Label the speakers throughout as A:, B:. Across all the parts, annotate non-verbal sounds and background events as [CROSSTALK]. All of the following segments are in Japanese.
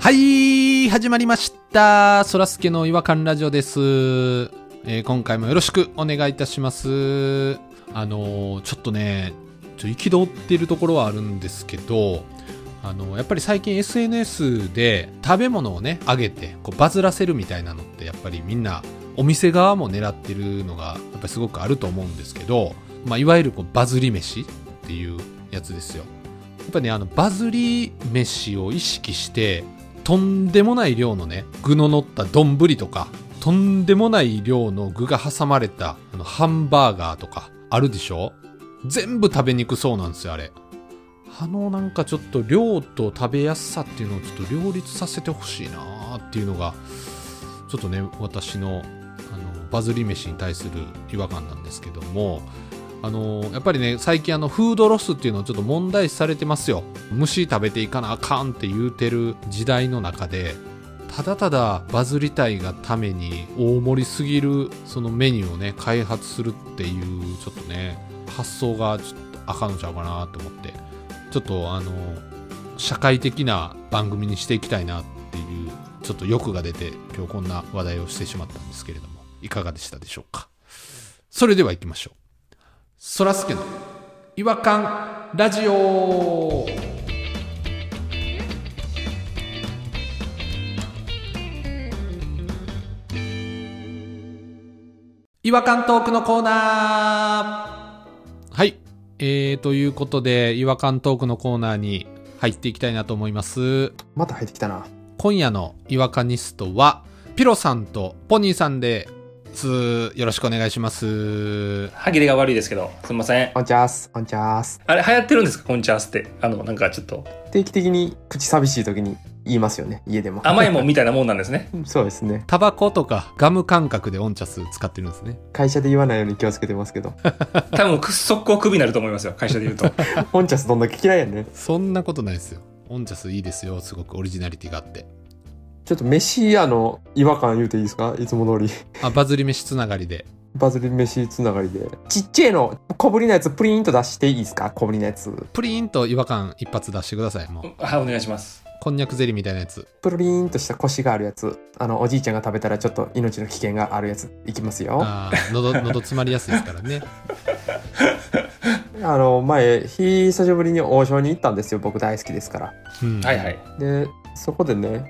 A: はい、始まりました。そらすけの違和感ラジオです。えー今回もよろしくお願いいたします。あのーちょっとね、ちょっと憤っているところはあるんですけど、あのーやっぱり最近 SNS で食べ物をね、あげて、こうバズらせるみたいなのって、やっぱりみんな、お店側も狙ってるのが、やっぱりすごくあると思うんですけど、まあ、いわゆるこうバズり飯っていうやつですよ。やっぱね、あの、バズり飯を意識して、とんでもない量のね、具の乗った丼とか、とんでもない量の具が挟まれた、あの、ハンバーガーとか、あるでしょ全部食べにくそうなんですよ、あれ。あの、なんかちょっと量と食べやすさっていうのをちょっと両立させてほしいなーっていうのが、ちょっとね、私の、あの、バズり飯に対する違和感なんですけども、あのやっぱりね最近あのフードロスっていうのをちょっと問題視されてますよ虫食べていかなあかんって言うてる時代の中でただただバズりたいがために大盛りすぎるそのメニューをね開発するっていうちょっとね発想がちょっとあかんのちゃうかなと思ってちょっとあの社会的な番組にしていきたいなっていうちょっと欲が出て今日こんな話題をしてしまったんですけれどもいかがでしたでしょうかそれでは行きましょうそらすけの違和感ラジオ違和感トークのコーナーはい、えー、ということで違和感トークのコーナーに入っていきたいなと思います
B: また入ってきたな。
A: 今夜の違和感ニストはピロさんとポニーさんですよろしくお願いします
C: 歯切れが悪いですけど、すみません。
B: オンチャース、オンチャース。
C: あれ流行ってるんですかコンチャースって。あの、なんかちょっと
B: 定期的に口寂しい時に言いますよね、家でも。
C: 甘いもんみたいなもんなんです [LAUGHS] ね。
B: [LAUGHS] そうですね。
A: タバコとかガム感覚でオンチャス使ってるんですね。
B: 会社で言わないように気をつけてますけど。 [LAUGHS]
C: 多分、く速攻クビになると思いますよ。会社で [LAUGHS] 言うと。
B: オンチャースどんだけ嫌いやね。
A: そんなことないですよ。オンチャスいいですよ。すごくオリジナリティがあって。
B: ちょっと飯、あの、違和感言うていいですかいつも通り。 [LAUGHS]
A: あ、バズり飯つながりで。
B: バズり飯つながりで。ちっちゃいの、小ぶりのやつプリーンと出していいですか小ぶりのやつ。
A: プリーンと違和感一発出してください。もう、
C: はい、お願いします。
A: こんにゃくゼリーみたいなやつ。
B: プリーンとしたコシがあるやつ。あの、おじいちゃんが食べたらちょっと命の危険があるやつ。いきますよ。あ
A: あー喉、喉詰まりやすいですから
C: [LAUGHS]
A: ね。
B: の、前、久しぶりに王将に行ったんですよ。僕大好きですから。
A: うん。
C: はいはい。
B: でそこでねも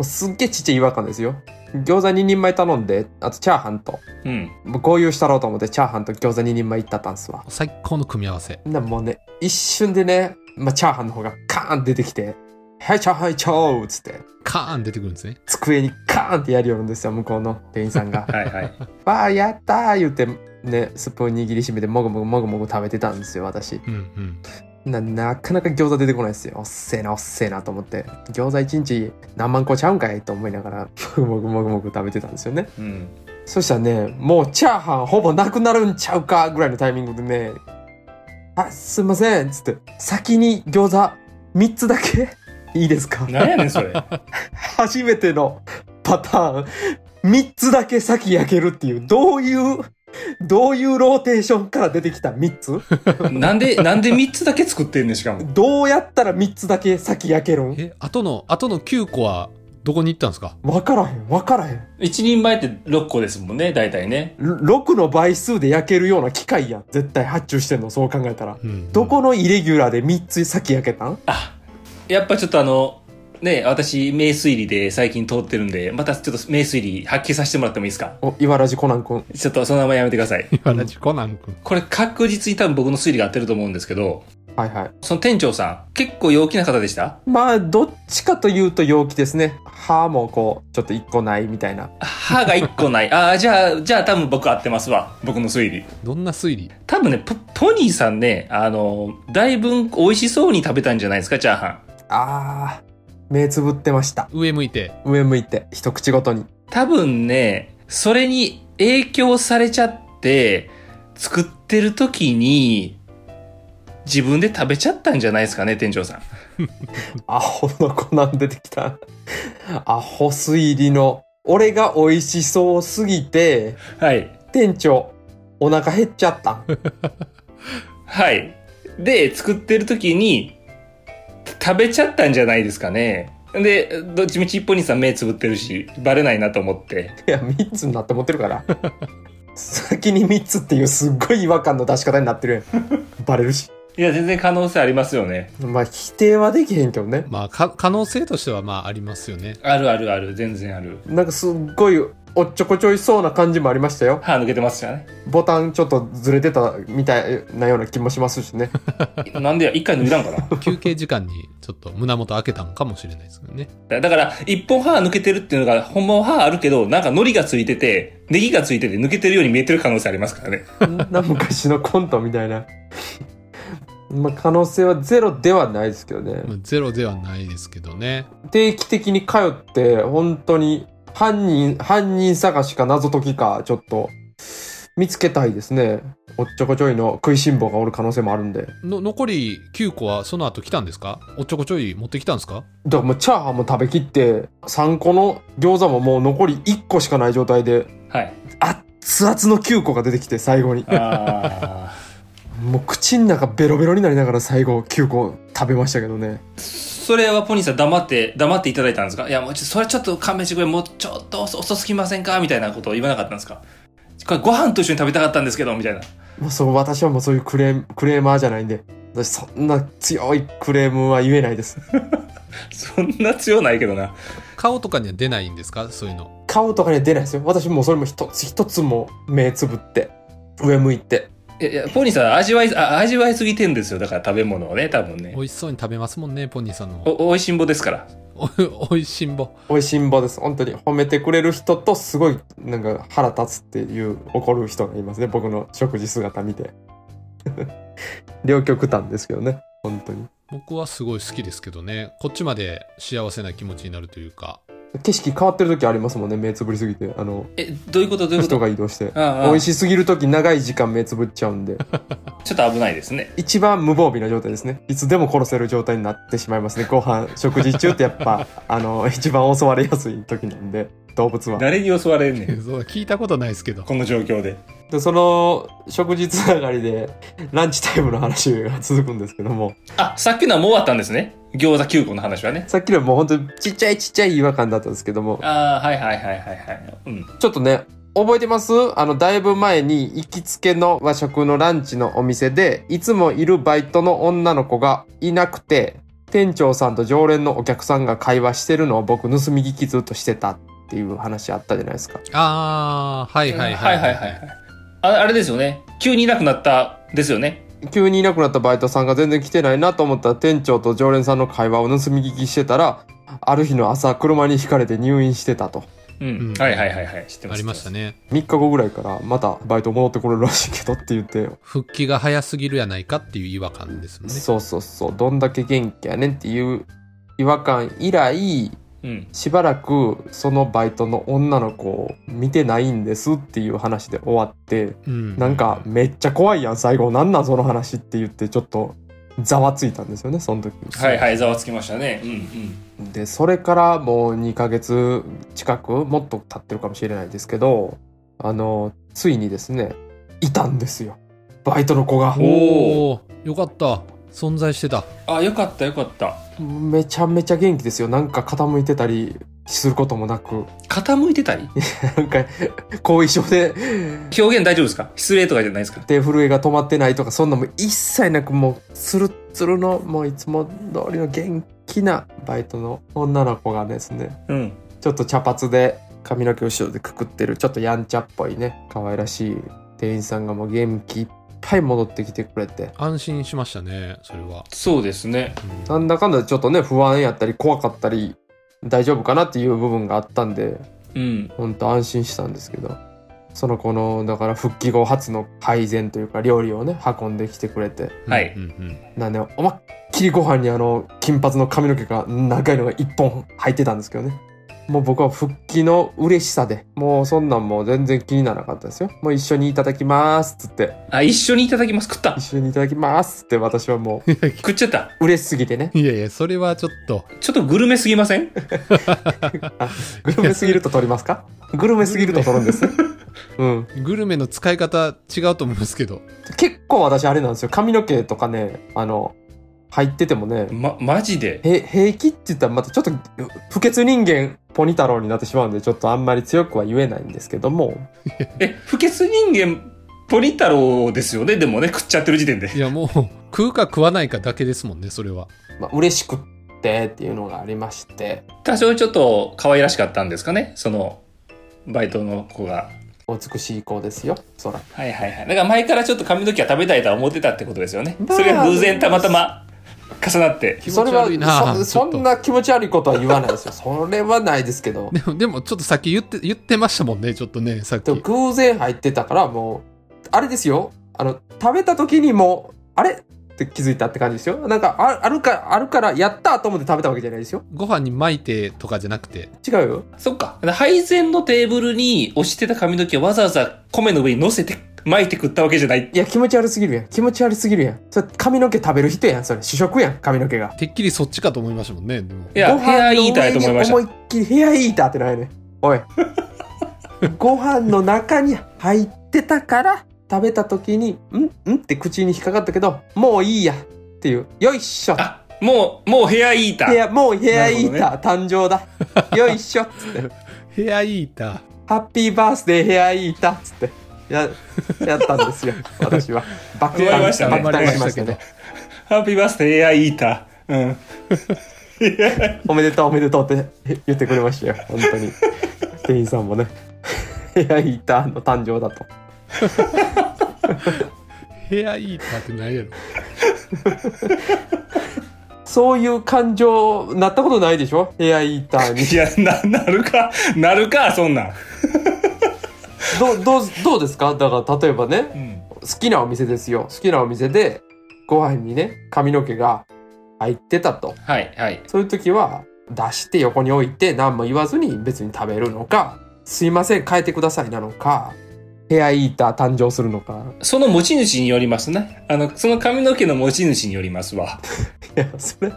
B: うすっげえちっちゃい違和感ですよ餃子2人前頼んであとチャーハンと
C: うん。
B: もう合流したろうと思ってチャーハンと餃子2人前いったったんすわ
A: 最高の組み合わせ。
B: でもうね一瞬でね、まあ、チャーハンの方がカーンって出てきて「はいチャーハンいっちゃおう」っつって
A: カーン出てくるんですね。
B: 机にカーンってやりよるんですよ向こうの店員さんが
C: はいはい。
B: 「わあやったー」言うてねスプーン握りしめてもぐもぐもぐもぐ食べてたんですよ私
A: うんうん。
B: ななかなか餃子出てこないですよ。おっせえなおっせえなと思って。餃子一日何万個ちゃうんかいと思いながら、も [LAUGHS] ぐもぐもぐもぐ食べてたんですよね。
C: [LAUGHS] うん。
B: そしたらね、もうチャーハンほぼなくなるんちゃうかぐらいのタイミングでね、あ、すいません、つって、先に餃子3つだけ [LAUGHS] いいですか
C: 何やねん、それ。
B: 初めてのパターン、3つだけ先焼けるっていう、どういう、どういうローテーションから出てきた3つ
C: なんで、なんで3つだけ作ってんねん、しかも。
B: どうやったら3つだけ先焼けるん
A: え、後の、後の9個はどこに行ったんですか
B: わからへん、わからへん。
C: 1人前って6個ですもんね、大体ね。
B: 6の倍数で焼けるような機械やん。絶対発注してんの、そう考えたら。
A: うんうん。 [LAUGHS]
B: どこのイレギュラーで3つ先焼けたん
C: あ、やっぱちょっとあの、ね、私、名推理で最近通ってるんで、またちょっと名推理発揮させてもらってもいいですか
B: お、岩ラジコナン君。
C: ちょっとその名前やめてください。
A: 今ラジコナン君。
C: [LAUGHS] これ確実に多分僕の推理が合ってると思うんですけど、
B: はいはい。
C: その店長さん、結構陽気な方でした
B: まあ、どっちかというと陽気ですね。歯もこう、ちょっと1個ないみたいな。
C: 歯が一個ない。ああ、じゃあ、じゃあ多分僕合ってますわ。僕の推理。
A: どんな推理
C: 多分ね、ポポニーさんね、あの、だいぶ美味しそうに食べたんじゃないですか、チャーハン。
B: あー、目つぶってました。
A: 上向いて。
B: 上向いて、一口ごとに。
C: 多分ね、それに影響されちゃって、作ってる時に、自分で食べちゃったんじゃないですかね、店長さん。
B: アホのコナン出てきた。アホ推理の。俺が美味しそうすぎて、
C: はい。
B: 店長、お腹減っちゃった。
C: はい。で、作ってる時に、食べちゃったんじゃないですかね。で、どっちみち一本兄さん目つぶってるし、バレないなと思って。
B: いや、3つになって持ってるから。先に3つっていうすっごい違和感の出し方になってるやん。バレるし。
C: いや、全然可能性ありますよね。
B: まあ、否定はできへんけどね。
A: まあか可能性としてはまあありますよね
C: あるあるある、全然ある。
B: なんかすっごいおっちょこちょいそうな感じもありましたよ。
C: 歯抜けてますよね。
B: ボタンちょっとずれてたみたいなような気もしますしね。
C: なんでや、一回脱いだんかな
A: 休憩時間にちょっと胸元開けたんかもしれないですけどね
C: だだから、一本歯抜けてるっていうのが、ほんまは歯あるけど、なんか糊がついてて、ネギがついてて抜けてるように見えてる可能性ありますからね。
B: そんな昔のコントみたいな。まあ、可能性はゼロではないですけどね。
A: まあゼロではないですけどね
B: 定期的に通って、本当に犯人、犯人探しか謎解きか、ちょっと見つけたいですね。おっちょこちょいの食いしん坊がおる可能性もあるんで。だか
A: の残り9個はその後来たんですかおっちょこちょい持ってきたんですから
B: もうチャーハンも食べきって、3個の餃子ももう残り1個しかない状態で、
C: はい。
B: 熱々の9個が出てきて、最後に。
C: あ
B: もう口の中ベロベロになりながら最後9個食べましたけどね。
C: それはポニーさん黙って、黙っていただいたんですかいや、もうちょっと、それちょっと勘弁してくれ、もうちょっと遅遅すぎませんかみたいなことを言わなかったんですかこれご飯と一緒に食べたかったんですけど、みたいな。
B: まあ、そう私はもうそういうクレームクレーマーじゃないんで私そんな強いクレームは言えないです
C: そんな強ないけどな。
A: 顔とかには出ないんですかそういうの
B: 顔とかには出ないですよ私もうそれも一つ一つも目つぶって上向いて
C: いやいや、ポニーさん、味わい、あ味わいすぎてんですよ。だから食べ物をね、多分ね
A: 美。味しそうに食べますもんねポニーさんの
C: お、おいしんぼですから。
A: お [LAUGHS] おいしんぼ
B: 美味しんぼです本当に褒めてくれる人とすごいなんか腹立つっていう怒る人がいますね僕の食事姿見て [LAUGHS] 両極端ですけどね本当に
A: 僕はすごい好きですけどねこっちまで幸せな気持ちになるというか
B: 景色変わってる時ありますもんね目つぶりすぎてあの
C: え、どういうことどういうこ
B: 人
C: と
B: が移動して
C: ああ
B: 美味しすぎる時長い時間目つぶっちゃうんで
C: ちょっと危ないですね。
B: 一番無防備な状態ですねいつでも殺せる状態になってしまいますねご飯食事中ってやっぱあの一番襲われやすい時なんで動物は
C: 誰に襲われんね
A: [LAUGHS]
C: ん。
A: そう聞いたことないですけど
C: この状況で。
B: でその食事つながりでランチタイムの話が続くんですけども
C: あ、さっきのはもう終わったんですね。餃子9個の話はね。
B: さっきのはもう本当にちっちゃいちっちゃい違和感だったんですけども
C: ああ、はいはいはいはいはい。うん。
B: ちょっとね覚えてますあのだいぶ前に行きつけの和食のランチのお店でいつもいるバイトの女の子がいなくて店長さんと常連のお客さんが会話してるのを僕盗み聞きずっとしてたっていう話あったじゃないですか
A: ああはいはいはい
C: はいはいはいああれですよね。急にいなくなったですよね。
B: 急にいなくなったバイトさんが全然来てないなと思ったら店長と常連さんの会話を盗み聞きしてたらある日の朝車にひかれて入院してたと
C: うん。
A: うん
C: はいはいはいはい。知ってま
A: あ
C: す。
A: りました
C: ね。
A: ね
B: 3日後ぐらいからまたバイト戻ってこれるらしいけどって言って
A: 復帰が早すぎるやないかっていう違和感ですもんね
B: そうそうそうどんだけ元気やねんっていう違和感以来
C: うん。
B: しばらくそのバイトの女の子を見てないんですっていう話で終わって
A: うん
B: なんかめっちゃ怖いやん最後なんなんその話って言ってちょっとざわついたんですよねその時
C: はいはい、ざわつきましたね。うんうん。
B: でそれからもう2ヶ月近くもっと経ってるかもしれないですけどあのついにですねいたんですよバイトの子が
A: おおよかった存在してた
C: あ、よかったよかった。
B: めちゃめちゃ元気ですよなんか傾いてたりすることもなく [LAUGHS]
C: 傾い
A: [LAUGHS]
C: てたり
B: なんか後遺症で [LAUGHS]
C: 表現大丈夫ですか失礼とかじゃないですか
B: 手震えが止まってないとかそんなもん一切なくもうツルッツルのもういつも通りの元気なバイトの女の子がですね
C: うん。
B: ちょっと茶髪で髪の毛後ろでくくってるちょっとやんちゃっぽいね可愛らしい店員さんがもう元気いっぱい戻ってきてくれて
A: 安心しましたねそれは、
C: そうですね。
A: うん
B: なんだかんだでちょっとね不安やったり怖かったり大丈夫かなっていう部分があったんで
C: うん。
B: ほんと安心したんですけどその子のだから復帰後初の配膳というか料理をね運んできてくれて
C: はい
A: うんうん
B: なんで思いっきりご飯にあの金髪の髪の毛が長いのが一本入ってたんですけどねもう僕は復帰の嬉しさでもうそんなんもう全然気にならなかったですよもう一緒にいただきますっつって
C: あ、一緒にいただきます。食った
B: 一緒にいただきますっつって私はも
C: 食っちゃった。
B: う嬉しすぎてね
A: いやいやそれはちょっと
C: ちょっとグルメすぎません
B: あグルメすぎると取りますかグルメすぎると取るんですうん
A: グルメの使い方違うと思いますけど
B: 結構私あれなんですよ髪の毛とかねあの入っててもね、
C: ま、マジで。
B: へ平気って言ったらまたちょっと不潔人間ポニ太郎になってしまうんでちょっとあんまり強くは言えないんですけども
C: え、不潔人間、ポニ太郎ですよね、でもね、食っちゃってる時点で。
A: いやもう食うか食わないかだけですもんねそれは
B: まあ嬉しくってっていうのがありまして
C: 多少ちょっと可愛らしかったんですかね、その、バイトの子が。
B: お美しい子ですよそら
C: はいはいはい。だから前からちょっと髪の毛は食べたいとは思ってたってことですよね。それが偶然たまたま重なって。
A: 気持ち悪いな
B: それはそそ
A: ちょっと
B: んな気持ち悪いことは言わな
A: [LAUGHS]
B: いですよそれはないですけど
A: でもでもちょっとさっき言って言ってましたもんねちょっとねさっき
B: でも偶然入ってたからもうあれですよあの食べた時にもうあれって気づいたって感じですよなんかああるかあるからやったと思って食べたわけじゃないですよ
A: ご飯に巻いてとかじゃなくて
B: 違うよ
C: そっか。配膳のテーブルに押してた髪の毛をわざわざ米の上に乗せて巻いて食ったわけじゃない。
B: いや気持ち悪すぎるやん気持ち悪すぎるやんそれ髪の毛食べる人やんそれ主食やん髪の毛が
A: てっきりそっちかと思いましたもんねでも
C: いや、ヘアイーターやと思いました
B: ご。飯の上に思いっきりヘアイーターってないね
C: [LAUGHS]
B: おいご飯の中に入ってたから食べた時にんんって口に引っかかったけどもういいやっていうよいしょ
C: あ、もう、もうヘアイータ
B: ヘ
C: ー。
B: アもうヘアイーター誕生だ、
C: [LAUGHS]
B: よいしょっつって
A: ヘアイータ
B: ハッピーバースデーヘアイーターっつってややったんですよ私は爆
C: 終わ
B: 誕
C: りましたね
B: 爆誕しましたね
C: ハッピーバースデーヘアイーター。うん。
B: おめでとうおめでとうって言ってくれましたよ本当に店員さんもねヘアイーターの誕生だと
A: ーヘアイーターって何やろ
B: そういう感情なったことないでしょヘアイーターに
C: いや、な、なるか、なるか、そんなん。
B: どうどうどうですかだから例えばね
C: うん。
B: 好きなお店ですよ好きなお店でご飯にね髪の毛が入ってたと
C: はい、はい。
B: そういう時は出して横に置いて何も言わずに別に食べるのかすいません変えてくださいなのかヘアイーター誕生するのか
C: その持ち主によりますね。あの、その髪の毛の持ち主によりますわ。
B: いやそれ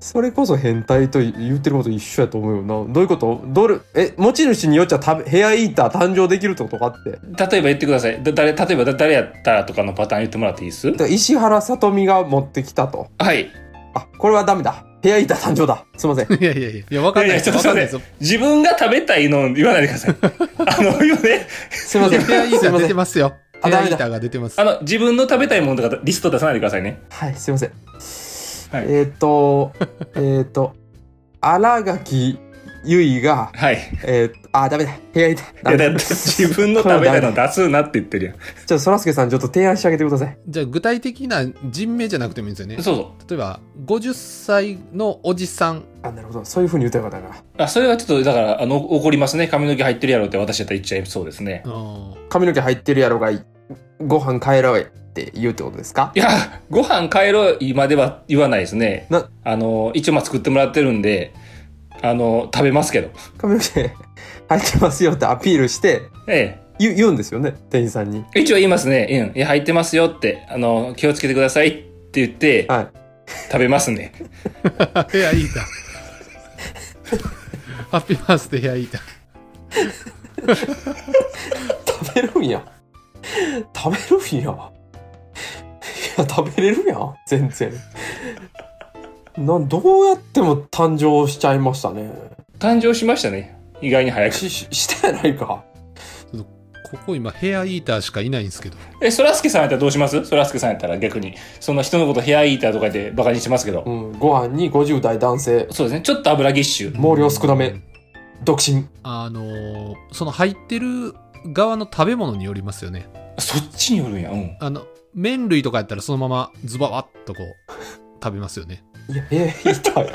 B: それこそ変態と言ってること一緒やと思うよなどういうことどれえ持ち主によっちゃ食べヘアイーター誕生できるってことかってだか
C: 例えば言ってください。だ誰、例えばだ誰やったらとかのパターン言ってもらっていいです
B: ら石原さとみが持ってきたと
C: はい。
B: あこれはダメだヘアイーター誕生だすいません
A: いやいやいやいや分かんない
C: いや
A: で
C: いや
A: す
C: ちょっと
A: 分かんないで
C: すいません
A: すよ
C: 自分が食べたいの言わないでください。あの、今ね、
B: すい
C: [LAUGHS]
B: ません
A: ヘアイーター出てますよ
B: あ
A: ヘ
B: ダ
A: ア
B: メ
A: イ
B: だ
A: ーターが出てます
C: あの、自分の食べたいものとかリスト出さないでくださいね。
B: はいすいません、
C: はい
B: えっ、とえっ、と新垣結衣が
C: はい。い
B: えー、あダメだヘアイーターダ
C: や
B: メ
C: だ
B: だ
C: って自分の食べたいの出すなって言ってる
B: ちょっとそらすけさんちょっと提案してあげてください
A: じゃあ具体的な人名じゃなくてもいいんですよね
C: やん。そうそ
A: 例えば50歳のおじさん
B: あなるほどそういうふうに言うとよかったから
C: う。あ、それはちょっと、だから、あの、怒りますね。髪の毛入ってるやろって私だったら言っちゃいそうですね。
A: うん
B: 髪の毛入ってるやろがいいご飯帰ろうよって言うってことですか
C: いや、ご飯帰ろうまでは言わないですね
B: な。
C: あの、一応まあ作ってもらってるんで、あの、食べますけど。
B: 髪の毛入ってますよってアピールして
C: え
B: 言う言うんですよね店員さんに
C: え。一応言いますね。うん。いや、入ってますよって、あの、気をつけてくださいって言って、
B: はい
C: 食べますね。
A: ヘアイーター [LAUGHS] ハッピーバースデーヘアイーター
B: 食べるんや食べるんやいや食べれるやん全然なんどうやっても誕生しちゃいましたね
C: 誕生しましたね。意外に早く。
B: しししてないか
A: ここ今ヘアイーターしかいないんですけど
C: え、そらすけさんやったらどうしますそらすけさんやったら逆に。そんな人のことヘアイーターとかでバカにしてますけど。
B: うんご飯に50代男性
C: そうですね。ちょっと油ぎっしゅ。
B: 毛量少なめ独身
A: あのーその入ってる側の食べ物によりますよね
C: そっちによるんや。うん。
A: あの麺類とかやったらそのままズババッとこう食べますよね
B: いやええいたよ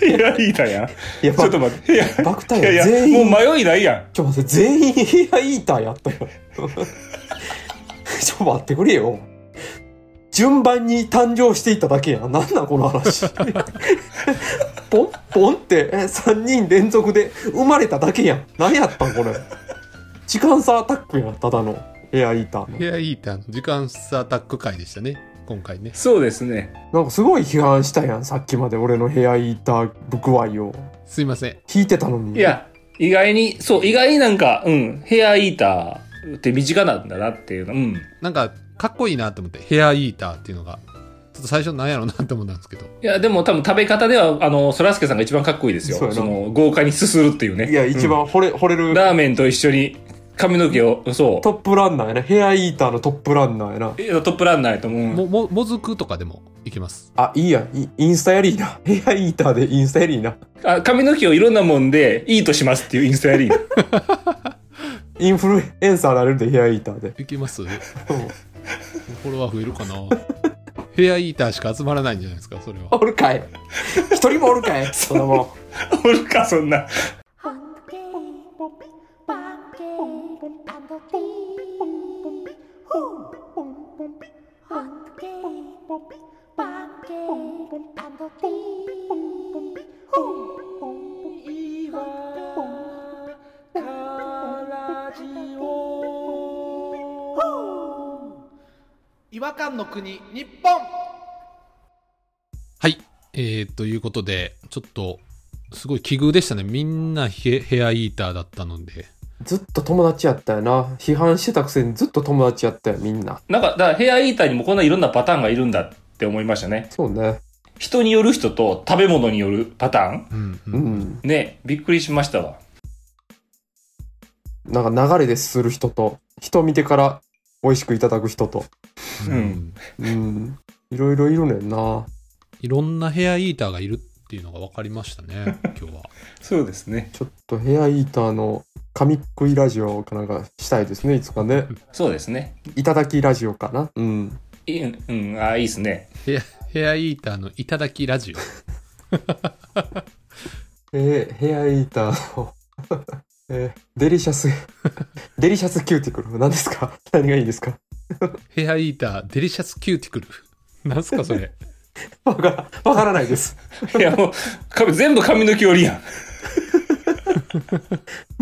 C: ヘアイーターや [LAUGHS] ん。ち
B: いやば
C: ょっと待って。いや、い
B: バクタ
C: や
B: や
C: いや、
B: 全
C: もう
B: 員
C: 迷いないやん。
B: ちょ、待って、全員ヘアイーターやったよ。 [LAUGHS] ちょ、待ってくれよ。順番に誕生していっただけやん。なんなん、この話。 [LAUGHS] ポンポンって、え3人連続で生まれただけやん。何やったん、これ。時間差アタックやん、ただの。ヘアイーターの。
A: ヘアイーターの時間差アタック会でしたね今回ね
C: そうですね。
B: なんかすごい批判したやん、さっきまで俺のヘアイーター不具合を。
A: すいません
B: 引いてたのに。
C: いや、意外に、そう、意外になんか、うん、ヘアイーターって身近なんだなっていうの。うん。
A: なんかかっこいいなと思ってヘアイーターっていうのがょっと最初なんやろうなって思ったんですけど。
C: いや、でも多分食べ方では、あの、そらすけさんが一番かっこいいですよ。
B: そ
C: そう
B: やな
C: の、豪華にすするっていう
B: い
C: ね。
B: や、一番惚れ、惚れる
C: ラーメンと一緒に髪の毛を、そ
B: トップランナーやな。ヘアイーターのトップランナーやな
C: う。。いやトップランナーやと思う。
A: も、も、もずくとかでもいけます。
B: あ、いいやん。インインスタやりいいな。 [LAUGHS] ヘアイーターでインスタやりいいな。
C: あ髪の毛をいろんなもんで、いいとしますっていうインスタやり。
B: インフルエンサーなれるで、ヘアイーターで。
A: いけますフ
B: う
A: ォ
B: ん
A: ロワー増えるかなヘアイーターしか集まらないんじゃないですか、それは。
B: おるかい。一人もおるかい。 [LAUGHS] そのもん。
C: [LAUGHS] おるか、そんな。
D: Hunky,
E: 違和感の国日本
A: はい。えー、ということで、ちょっと、すごい奇遇でしたね。みんなヘヘアイーターだったので。
B: ずっと友達やったよな。批判してたくせにずっと友達やったよ、みんな。
C: なんか、だからヘアイーターにもこんないろんなパターンがいるんだって思いましたね。
B: そうね。
C: 人による人と食べ物によるパターン
A: うん、う。
B: うんん。
C: ね、びっくりしましたわ。
B: なんか流れでする人と、人見てから美味しくいただく人と。
C: うん
B: うん。いろいろいるねんな。
A: いろんなヘアイーターがいるっていうのが分かりました [LAUGHS] ね、今日は。
C: そうですね。
B: ちょっとヘアイーターの神っ食いラジオかなんかしたいですね、いつかね。
C: そうですね。
B: いただきラジオかな。うん。
C: いいうん、あいいですね。
A: ヘアヘアイーターのいただきラジオ。
B: えー、ヘアイーターの、 [LAUGHS] えーデリシャス、デリシャスキューティクル。何ですか何がいいですか
A: ヘアイーター、デリシャスキュー [LAUGHS] ティクル。なんすか、それ。
B: わから、わからないです。
C: いや、もう、髪全部髪の毛折りやん。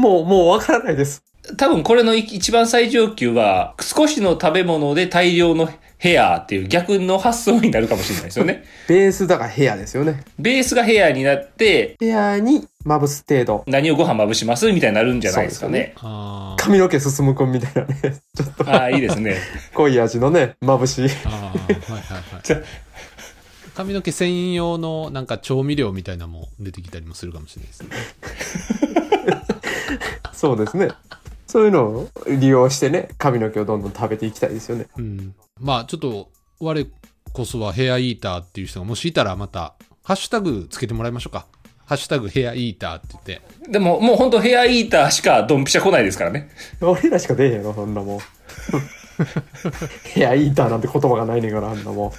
B: もう、もうわからないです。
C: 多分これのい一番最上級は、少しの食べ物で大量のヘアっていう逆の発想になるかもしれないですよ [LAUGHS] ね。
B: ベースだからヘアですよね。
C: ベースがヘアになって、
B: ヘアにまぶす程度。
C: 何をご飯まぶしますみたいになるんじゃないですかね。
A: [LAUGHS] あー
B: 髪の毛進むくんみたいなね。ちょっと
C: ああ、いいですね。
B: 濃い味のね、まぶし
A: あ
B: い。
A: ー、はいはいはい
C: じゃ。
A: 髪の毛専用のなんか調味料みたいなのも出てきたりもするかもしれないですね。
B: そうですね。そういうのを利用してね、髪の毛をどんどん食べていきたいですよね。
A: うん。まあ、ちょっと、我こそはヘアイーターっていう人がもしいたらまた、ハッシュタグつけてもらいましょうか。ハッシュタグヘアイーターって言って。
C: でも、もうほんとヘアイーターしかドンピシャ来ないですからね。
B: 俺らしか出えへんの、そんなもん。 [LAUGHS] ヘアイーターなんて言葉がないねんから、あんなもん。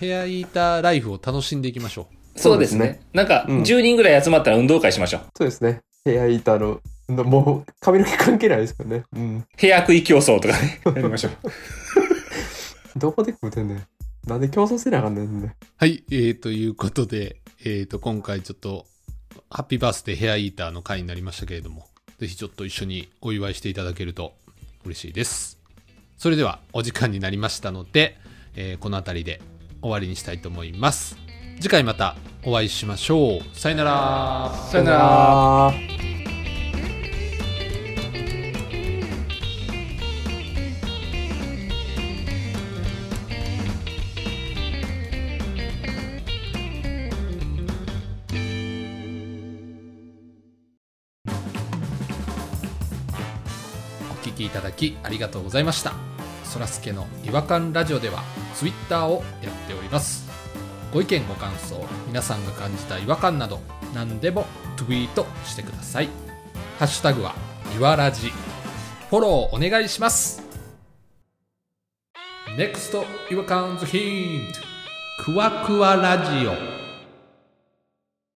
A: ヘアイーターライフを楽しんでいきましょ
C: そうですね。なんか、
B: うん
C: 10人ぐらい集まったら運動会しましょう。
B: そうですね。ヘアイーターの、のもう髪の毛関係ないですからね。うん。
C: ヘア食い競争とかね。やりましょう。
B: どこで食うてんねん。なんで競争せなあかんねんね。
A: う。はい。えー、ということで、えー、と、今回ちょっと、ハッピーバースデーヘアイーターの回になりましたけれども、ぜひちょっと一緒にお祝いしていただけると嬉しいです。それでは、お時間になりましたので、えーこの辺りで終わりにしたいと思います。次回またお会いしましょう。さよなら。
C: さよなら。
B: あー。
A: お聞きいただきありがとうございましたそらすけの違和感ラジオではツイッターをやっておりますご意見ご感想皆さんが感じた違和感など何でもツイートしてくださいハッシュタグはイワラジフォローお願いします NEXT 違和感ズヒントクワクワラジオ